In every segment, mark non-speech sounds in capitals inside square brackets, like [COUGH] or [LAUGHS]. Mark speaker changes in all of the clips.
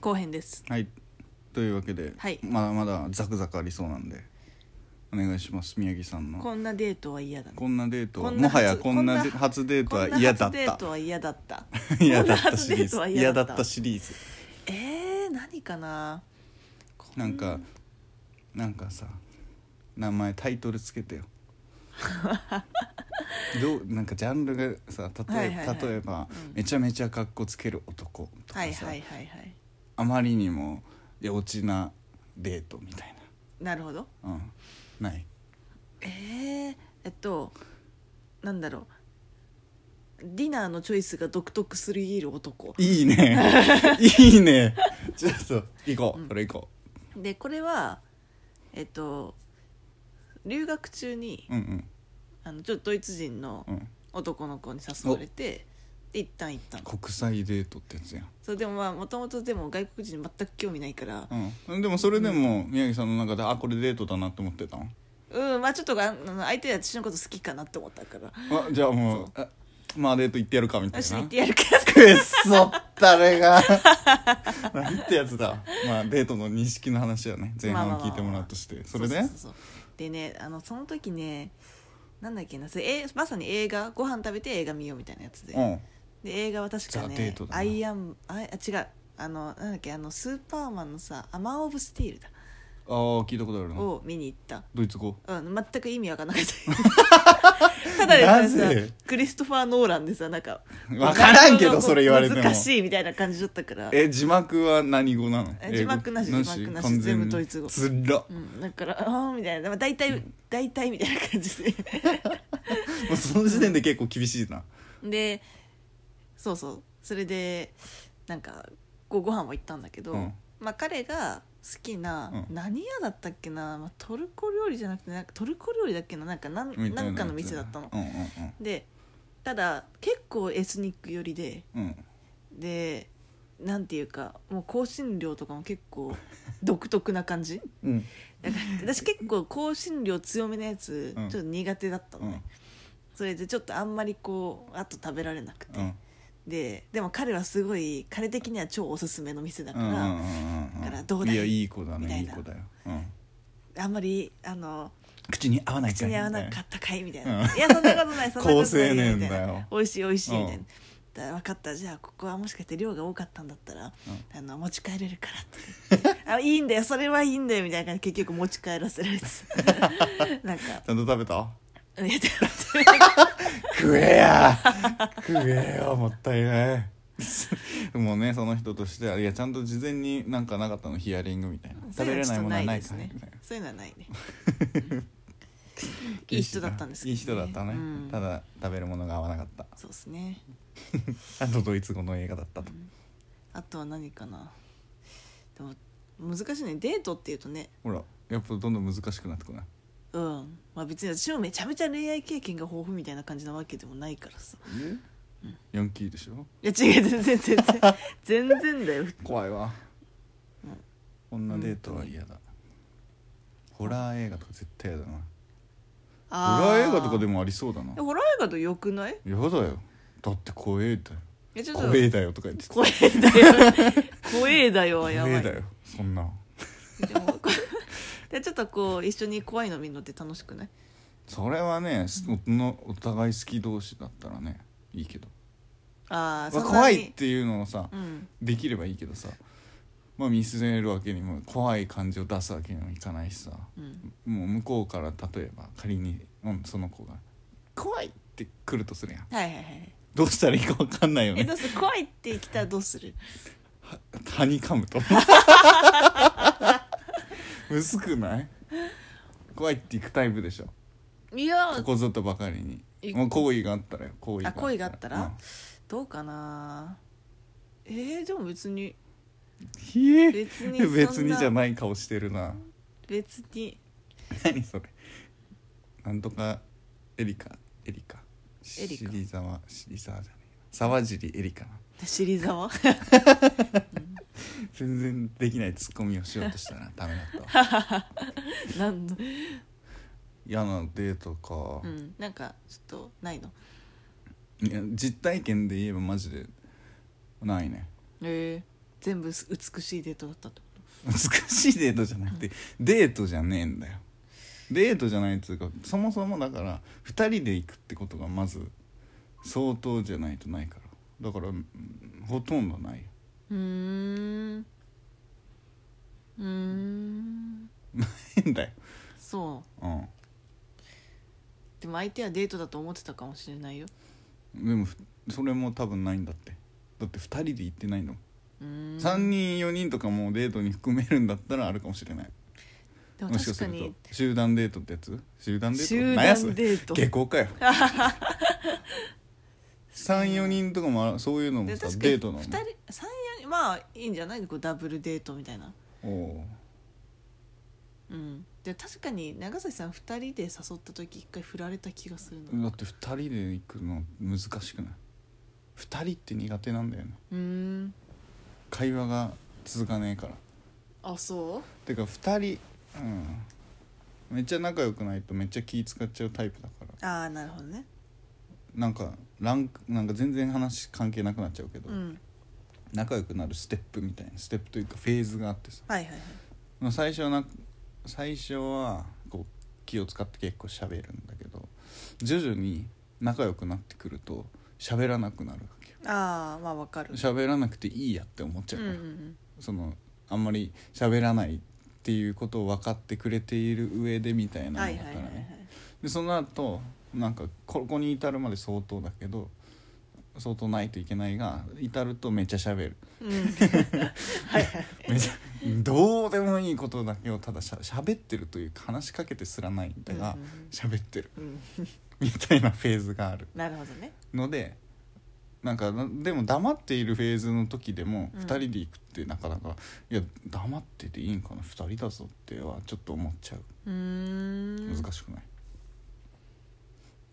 Speaker 1: 後編です
Speaker 2: はいというわけで、
Speaker 1: はい
Speaker 2: まだまだザクザクありそうなんでお願いします宮城さんのこ
Speaker 1: こんなデートは嫌だね
Speaker 2: んなデートは
Speaker 1: こんな
Speaker 2: も
Speaker 1: 初
Speaker 2: はやこんな
Speaker 1: こ
Speaker 2: で
Speaker 1: んな
Speaker 2: 初デート
Speaker 1: こ
Speaker 2: は
Speaker 1: んな
Speaker 2: 嫌だっ
Speaker 1: 初デー
Speaker 2: た
Speaker 1: トは [LAUGHS] 嫌だった
Speaker 2: [LAUGHS] 嫌
Speaker 1: こん
Speaker 2: だ
Speaker 1: な
Speaker 2: った
Speaker 1: 初
Speaker 2: シ
Speaker 1: デ
Speaker 2: リ
Speaker 1: ー
Speaker 2: ー
Speaker 1: ト
Speaker 2: ズ
Speaker 1: は
Speaker 2: 嫌
Speaker 1: 嫌
Speaker 2: だ
Speaker 1: だ
Speaker 2: っ
Speaker 1: った
Speaker 2: たシリーズ
Speaker 1: えー、何かなこ
Speaker 2: なんかなんかさ名前タイトルつけ
Speaker 1: [LAUGHS]
Speaker 2: てよどうなんかジャンルがさ例え,、
Speaker 1: はいはいはい
Speaker 2: 例えば、
Speaker 1: うん
Speaker 2: めちゃめちゃかっこつける男」とかさ、
Speaker 1: はいはいはいはい
Speaker 2: あまりにも幼稚なデートみたい
Speaker 1: なるほど
Speaker 2: な、うん、ない
Speaker 1: えー、えっとなんだろうディナーのチョイスが独特すぎる男
Speaker 2: いいね
Speaker 1: [LAUGHS]
Speaker 2: いいねちょっと行こう、
Speaker 1: うん
Speaker 2: これ行こ
Speaker 1: でこれはえっと留学中に
Speaker 2: ううん
Speaker 1: あのちょっとドイツ人の
Speaker 2: うんうん
Speaker 1: 男の子に誘われて、で一旦行ったの
Speaker 2: 国際デートってやつやん
Speaker 1: そうでもまあもともとでも外国人全く興味ないから
Speaker 2: うん、でもそれでも宮城さんの中であこれデートだなって思ってたの
Speaker 1: うんまあちょっとがあの相手は私のこと好きかなって思ったから
Speaker 2: あじゃあもうあまあデート行ってやるかみたい
Speaker 1: 私に言
Speaker 2: な
Speaker 1: ってやるから
Speaker 2: くっそった
Speaker 1: [LAUGHS]
Speaker 2: れがなんてやつだまあデートの認識の話はね前半聞いてもらうとしてそれで
Speaker 1: うそうそうでねあのその時ねなんだっけなそれえまさに映画ご飯食べて映画見ようみたいなやつで、
Speaker 2: うん
Speaker 1: で映画は確か
Speaker 2: ザデー
Speaker 1: ね
Speaker 2: トだな
Speaker 1: アイアンああ違うあのなんだっけあのスーパーマンのさ「アマー・オブ・スティールだ
Speaker 2: ああ聞いたことある」な
Speaker 1: を見に行った、
Speaker 2: ドイツ語
Speaker 1: うん、全く意味わかんなかったた
Speaker 2: [LAUGHS]
Speaker 1: だでさ
Speaker 2: な
Speaker 1: さ
Speaker 2: ぜ
Speaker 1: クリストファー・ノーランでさなんか
Speaker 2: わからんけどそれ言われても
Speaker 1: 難しいみたいな感じだったから
Speaker 2: え字幕は何語なの
Speaker 1: え字幕なし
Speaker 2: 英語
Speaker 1: 字幕なし
Speaker 2: 完全に
Speaker 1: 全部ドイツ語
Speaker 2: つらも
Speaker 1: うん、だからあーみたいなまあ大体大体みたいな感じ
Speaker 2: [LAUGHS]
Speaker 1: で
Speaker 2: うその時点で結構厳しいな
Speaker 1: でそうそうそれでなんかごご飯も行ったんだけど、
Speaker 2: うん
Speaker 1: まあ、彼が好きな、
Speaker 2: うん
Speaker 1: 何屋だったっけな、まあ、トルコ料理じゃなくてなんかトルコ料理だっけななんかなん
Speaker 2: みたい
Speaker 1: な
Speaker 2: やつ
Speaker 1: んかの店だったの
Speaker 2: う、んうん
Speaker 1: でただ結構エスニック寄りで
Speaker 2: うんうん
Speaker 1: でなんていうかもう香辛料とかも結構独特な感じ
Speaker 2: うん
Speaker 1: だ
Speaker 2: [LAUGHS]
Speaker 1: から私結構香辛料強めのやつち
Speaker 2: う
Speaker 1: ょ
Speaker 2: ん
Speaker 1: っと苦手だったの
Speaker 2: う
Speaker 1: ね、
Speaker 2: ん
Speaker 1: それでちょっとあんまりこうあと食べられなくて、
Speaker 2: うん
Speaker 1: ででも彼はすごい彼的には超おすすめの店だ
Speaker 2: う
Speaker 1: か
Speaker 2: んう
Speaker 1: ら、
Speaker 2: んうんうん
Speaker 1: だからどうだい
Speaker 2: いやいい子だ
Speaker 1: みた
Speaker 2: ね
Speaker 1: い
Speaker 2: いい
Speaker 1: な
Speaker 2: 子だようん
Speaker 1: あんまりあの
Speaker 2: 口に合わない
Speaker 1: 口に合わなか
Speaker 2: っ
Speaker 1: ったかいみたいな「
Speaker 2: うん
Speaker 1: いやそんなことない
Speaker 2: [LAUGHS]
Speaker 1: そんなことない」
Speaker 2: 好青年だよ
Speaker 1: みたいな美味しい美味しい」みたいな。
Speaker 2: うん
Speaker 1: だから分かったじゃあここはもしかして量が多かったんだったら、
Speaker 2: う
Speaker 1: あの持ち帰れるからって
Speaker 2: [LAUGHS]
Speaker 1: あいいんだよそれはいいんだよみたいな感じで結局持ち帰らせられてなんか
Speaker 2: ちゃんと食べた
Speaker 1: いやで
Speaker 2: 食えや食えよもったいない [LAUGHS] もうねその人としてはいやちゃんと事前になんかなかったのヒアリングみたいな
Speaker 1: も
Speaker 2: 食べれないものはない
Speaker 1: です
Speaker 2: かいみ
Speaker 1: ね
Speaker 2: たいな
Speaker 1: そういうのはないね
Speaker 2: [LAUGHS]
Speaker 1: いい人だったんですけど
Speaker 2: いい人だったね、
Speaker 1: うん
Speaker 2: ただ食べるものが合わなかった
Speaker 1: そうですね
Speaker 2: あとドイツ語の映画だったと、
Speaker 1: あとは何かなでも難しいねデートっていうとね
Speaker 2: ほらやっぱどんどん難しくなってこない
Speaker 1: うんまあ別に私もめちゃめちゃ恋愛経験が豊富みたいな感じなわけでもないからさ
Speaker 2: ヤンキーでしょ
Speaker 1: いや違う全然全然
Speaker 2: [LAUGHS]
Speaker 1: 全然だよ
Speaker 2: 怖いわ、こんなデートは嫌だ、ホラー映画とか絶対嫌だな [LAUGHS] ホラー映画とかで
Speaker 1: も
Speaker 2: もありそうだな
Speaker 1: ホラー映画とよくない
Speaker 2: 嫌だよだって怖えだよ
Speaker 1: いやちょっと
Speaker 2: 怖えだよとか言ってた
Speaker 1: 怖えだよ怖えだよはやばい
Speaker 2: 怖えだよそんな
Speaker 1: でもこでちょっとこう一緒に怖いの見るのって楽しくない
Speaker 2: それはねすおのお互い好き同士だったらねいいけど
Speaker 1: ああ
Speaker 2: まあ
Speaker 1: そんなに
Speaker 2: 怖いっていうのをさ、
Speaker 1: うん
Speaker 2: できればいいけどさまあ見据えるわけにも怖い感じを出すわけにもいかないしさ
Speaker 1: うん
Speaker 2: もう向こうから例えば仮に、うん、その子が「怖い!」って来るとするやん
Speaker 1: はいはいはい
Speaker 2: どうしたらいいか分かんないよ
Speaker 1: えど
Speaker 2: ね
Speaker 1: うす [LAUGHS] る怖いって来たらどうする
Speaker 2: はにかむとむずくない怖いって行くタイプでしょ
Speaker 1: いや
Speaker 2: ここぞとばかりに
Speaker 1: い
Speaker 2: もう好意があったらよ好意
Speaker 1: あ恋があったら
Speaker 2: うん
Speaker 1: どうかなえー、でも別に
Speaker 2: ひえ
Speaker 1: [LAUGHS] 別にそんな
Speaker 2: 別にじゃない顔してるな
Speaker 1: 別に
Speaker 2: 何それなんとかエリカエリカ
Speaker 1: エリカ
Speaker 2: シリザワシリザワじゃねえ沢尻エリカな
Speaker 1: 尻沢 [LAUGHS]
Speaker 2: 全然できないツッコミをしようとしたらダメ
Speaker 1: [LAUGHS]
Speaker 2: だったわ
Speaker 1: なんの
Speaker 2: 嫌なデートか
Speaker 1: う、んなんかちょっとないの
Speaker 2: いや実体験で言えばマジでないね
Speaker 1: え全部す美しいデートだったってこと
Speaker 2: 難しいデートじゃなくてデートじゃねえんだよデートじゃないっつうかそもそもだから2人で行くってことがまず相当じゃないとないからだからうんほとんどないよ
Speaker 1: うーんうーん
Speaker 2: 変だよ
Speaker 1: そ
Speaker 2: うん
Speaker 1: うでも相手はデートだと思ってたかもしれないよ
Speaker 2: でもふそれも多分ないんだってだって2人で行ってないの、
Speaker 1: うーん
Speaker 2: 3人4人とかもデートに含めるんだったらあるかもしれない
Speaker 1: でも
Speaker 2: もしか
Speaker 1: 確
Speaker 2: す
Speaker 1: か
Speaker 2: ると
Speaker 1: に
Speaker 2: 集団デートってやつ集団デート
Speaker 1: 集
Speaker 2: 何やそ
Speaker 1: 団
Speaker 2: れ
Speaker 1: デート
Speaker 2: 下校
Speaker 1: [LAUGHS]
Speaker 2: かよ34人とかもあそういうのも
Speaker 1: で
Speaker 2: さ
Speaker 1: 確かに
Speaker 2: デートな
Speaker 1: 2
Speaker 2: の
Speaker 1: 人三人まあいいんじゃないこうダブルデートみたいな
Speaker 2: おお
Speaker 1: うんで確かに長崎さん2人で誘った時一回振られた気がするの
Speaker 2: うだって2人で行くの難しくない2人って苦手なんだよね
Speaker 1: うーん
Speaker 2: 会話が続かねえから
Speaker 1: あそ
Speaker 2: てか2人うんめっちゃ仲良くないとめっちゃ気使っちゃうタイプだから
Speaker 1: うああなるほどね
Speaker 2: なんかランクなんか全然話関係なくなっちゃうけど、
Speaker 1: うん
Speaker 2: 仲良くなるステップみたいなステップというかフェーズがあってさ
Speaker 1: はいはいはい
Speaker 2: まあ最初はな最初はこう気を使って結構喋るんだけど徐々に仲良くなってくると喋らなくなるわけよ
Speaker 1: ああまあわかる
Speaker 2: 喋らなくていいやって思っちゃ
Speaker 1: う
Speaker 2: うんか
Speaker 1: うん
Speaker 2: ら、
Speaker 1: うん
Speaker 2: そのあんまり喋らないっていうことを分かってくれている上でみたいなの
Speaker 1: は
Speaker 2: だ
Speaker 1: い
Speaker 2: か
Speaker 1: は
Speaker 2: ら
Speaker 1: い
Speaker 2: ね、
Speaker 1: はいはい
Speaker 2: でその後なんかここに至るまで相当だけど相当ないといけないが至るとめっちゃ喋る
Speaker 1: うん [LAUGHS] はいはい
Speaker 2: めちゃ [LAUGHS] どうでもいいことだけをただしゃ喋ってるというか話しかけてすらないんだが
Speaker 1: うんうんうん
Speaker 2: 喋ってる
Speaker 1: うん
Speaker 2: みたいなフェーズがある
Speaker 1: なるほどね
Speaker 2: のでなんかなでも黙っているフェーズの時でも
Speaker 1: うん
Speaker 2: 2人で行くってなかなか、いや黙ってていいんかな2人だぞってはちょっと思っちゃう
Speaker 1: うーん
Speaker 2: 難しくない、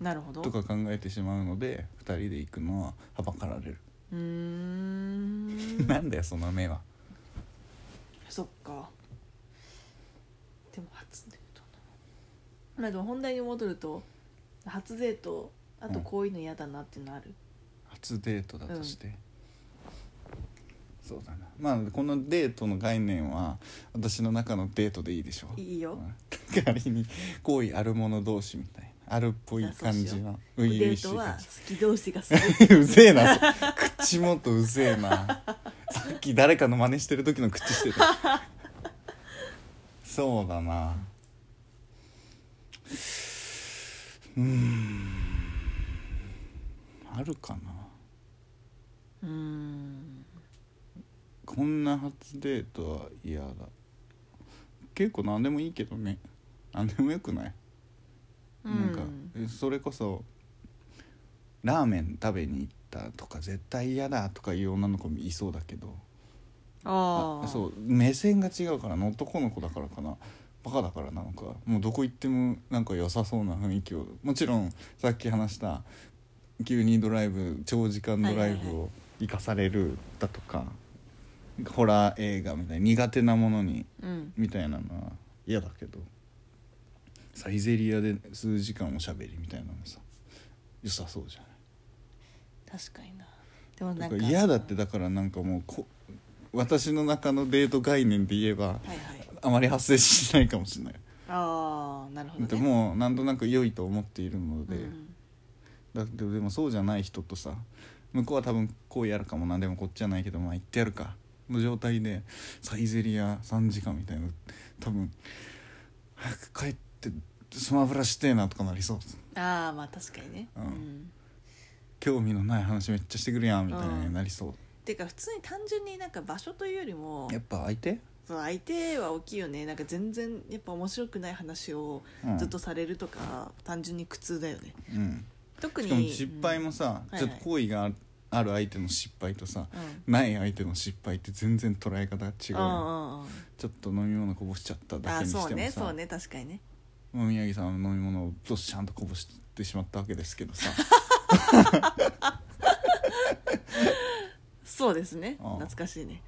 Speaker 1: なるほど
Speaker 2: とか考えてしまうので2人で行くのははばかられる、
Speaker 1: うーん
Speaker 2: なんだよその目は
Speaker 1: そっかでも初デートななんか本題に戻ると初デートあとこういうの嫌だなっていうのある、
Speaker 2: 初デートだとして、そうだなまあこのデートの概念は私の中のデートでいいでしょう
Speaker 1: いいよ、
Speaker 2: うん [LAUGHS] 仮に好意ある者同士みたいなあるっぽい感じの
Speaker 1: デ
Speaker 2: 初々
Speaker 1: ー
Speaker 2: しい
Speaker 1: トは
Speaker 2: 感
Speaker 1: 好
Speaker 2: じ
Speaker 1: き同士がすごい
Speaker 2: [LAUGHS] うぜえなそ口元うぜえな [LAUGHS] さっき誰かの真似してる時の口してたそうだなうーんあるかな
Speaker 1: うーん
Speaker 2: こんな初デートは嫌だ結構何でもいいけどね何でもよくない、なんかえそれこそラーメン食べに行ったとか絶対嫌だとかいう女の子もいそうだけど
Speaker 1: あ
Speaker 2: あ
Speaker 1: あ
Speaker 2: そう目線が違うからの男の子だからかなバカだからなのかもうどこ行ってもなんか良さそうな雰囲気をもちろんさっき話した急にドライブ長時間ドライ
Speaker 1: はいはい
Speaker 2: ブ
Speaker 1: は
Speaker 2: を生かされるだとか、ホラー映画みたいな苦手なものに
Speaker 1: うん
Speaker 2: みたいなのは嫌だけどサイゼリアで数時間おしゃべりみたいなのさ良さそうじゃない
Speaker 1: 確かになでもな
Speaker 2: だ
Speaker 1: ん
Speaker 2: か
Speaker 1: から
Speaker 2: 嫌だってだからなんかもうこ私の中のデート概念で言えば
Speaker 1: はいはい
Speaker 2: あまり発生しないかもしれない
Speaker 1: ああなるほど、
Speaker 2: だって
Speaker 1: ね、
Speaker 2: もう何となく良いと思っているので、
Speaker 1: うん
Speaker 2: だってでもそうじゃない人とさ向こうは多分こうやるかもなでもこっちじゃないけどまあ言ってやるかの状態でサイゼリア3時間みたいな多分早く帰ってスマブラしてえなとかなりそう
Speaker 1: ああまあ確かにね
Speaker 2: うん
Speaker 1: ん
Speaker 2: 興味のない話めっちゃしてくるやんみたい
Speaker 1: うん
Speaker 2: になりそう、
Speaker 1: てか普通に単純になんか場所というよりも
Speaker 2: やっぱ相手、
Speaker 1: そう相手は大きいよねなんか全然やっぱ面白くない話を
Speaker 2: うん、
Speaker 1: ずっとされるとか、単純に苦痛だよね
Speaker 2: うん
Speaker 1: 特に
Speaker 2: しかも失敗もさ、
Speaker 1: うん
Speaker 2: ちょっと好意があるある相手の失敗とさ、
Speaker 1: うん、うん
Speaker 2: ない相手の失敗って全然捉え方が違うよ
Speaker 1: あ
Speaker 2: ちょっと飲み物こぼしちゃっただ
Speaker 1: あー
Speaker 2: けにしてもさ
Speaker 1: そうねそうね確かにね
Speaker 2: もう宮城さんは飲み物をどっしゃんとこぼしてしまったわけですけど
Speaker 1: [LAUGHS]
Speaker 2: さ
Speaker 1: そうですね
Speaker 2: あー
Speaker 1: 懐かしいね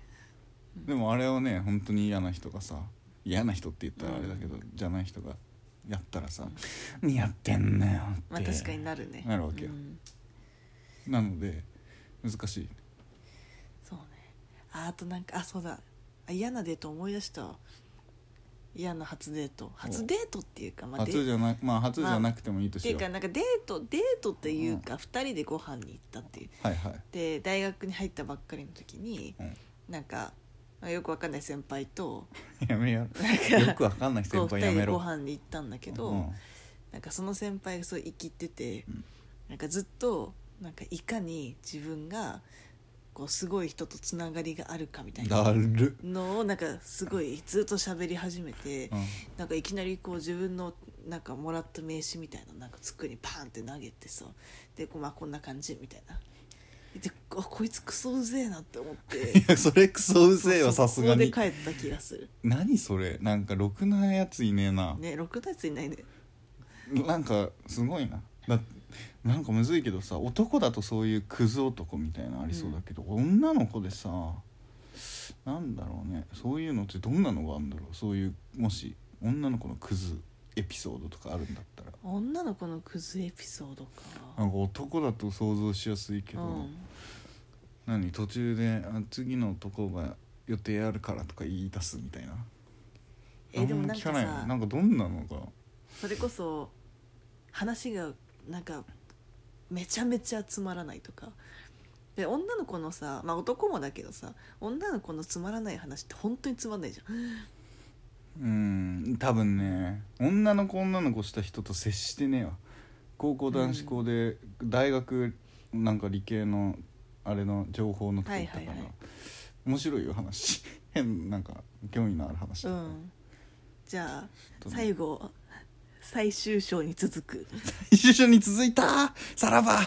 Speaker 2: でもあれをね本当に嫌な人がさ嫌な人って言ったらあれだけど、じゃない人がやったらさ「似合ってんなよ」って、
Speaker 1: まあ確かになるね
Speaker 2: なるわけよ
Speaker 1: うん
Speaker 2: なので難しい
Speaker 1: そうねああとなんかあそうだあ嫌なデート思い出したわ嫌な初デート初デートっていうかまあデ
Speaker 2: 初じゃなまあ初じゃなくてもいいと
Speaker 1: っ
Speaker 2: して
Speaker 1: い
Speaker 2: よ
Speaker 1: う
Speaker 2: う、
Speaker 1: かなんかデートデートっていうか2人でご飯に行ったっていう
Speaker 2: はいはい
Speaker 1: で大学に入ったばっかりの時に
Speaker 2: うん
Speaker 1: [LAUGHS] なんかよくわかんない先輩と
Speaker 2: やめよ
Speaker 1: なん
Speaker 2: う
Speaker 1: か
Speaker 2: よくわかんない
Speaker 1: こう
Speaker 2: 先輩
Speaker 1: 2
Speaker 2: や
Speaker 1: 人で
Speaker 2: め
Speaker 1: ご
Speaker 2: ろ
Speaker 1: 飯に行ったんだけど、
Speaker 2: うん
Speaker 1: なんかその先輩がそう生きってて、
Speaker 2: うん
Speaker 1: なんかずっとなんかいかに自分がこうすごい人とつながりがあるかみたい
Speaker 2: だ
Speaker 1: な
Speaker 2: る、
Speaker 1: のをなんかすごいずっと喋り始めて、
Speaker 2: うん、
Speaker 1: なんかいきなりこう自分のなんかもらった名刺みたいななんか机にパーンって投げてさでこう、まあ、こんな感じみたいなであこいつクソうぜえなって思っ
Speaker 2: い
Speaker 1: て
Speaker 2: やそれクソ [LAUGHS] うぜえわさす
Speaker 1: そ
Speaker 2: が
Speaker 1: う
Speaker 2: に
Speaker 1: こで帰った気がする
Speaker 2: 何それなんかろくなやついねえな、
Speaker 1: ねろくなやついないね
Speaker 2: なんかすごいなだなんかむずいけどさ男だとそういうクズ男みたいなのありそうだけど、女の子でさなんだろうねそういうのってどんなのがあるんだろうそういうもし女の子のクズエピソードとかあるんだったら
Speaker 1: 女の子のクズエピソードか
Speaker 2: なんか男だと想像しやすいけど、
Speaker 1: うん
Speaker 2: 何途中であ次のとこが予定あるからとか言い出すみたいな
Speaker 1: えでもなん
Speaker 2: あま
Speaker 1: か
Speaker 2: 聞かないよね
Speaker 1: さ
Speaker 2: なんかどんなのが
Speaker 1: それこそ話がなんかめちゃめちゃつまらないとかで女の子のさまあ男もだけどさ女の子のつまらない話って本当につまんないじゃん
Speaker 2: うん多分ね女の子女の子した人と接してねえわ高校男子校で、大学なんか理系のあれの情報のとこ行ったから、
Speaker 1: はいはいはい
Speaker 2: 面白いよ話 [LAUGHS] 変なんか興味のある話と
Speaker 1: う
Speaker 2: か [LAUGHS]
Speaker 1: んじゃあ
Speaker 2: ちょっとね
Speaker 1: 最後最終章に続く
Speaker 2: 一緒に続いたさらば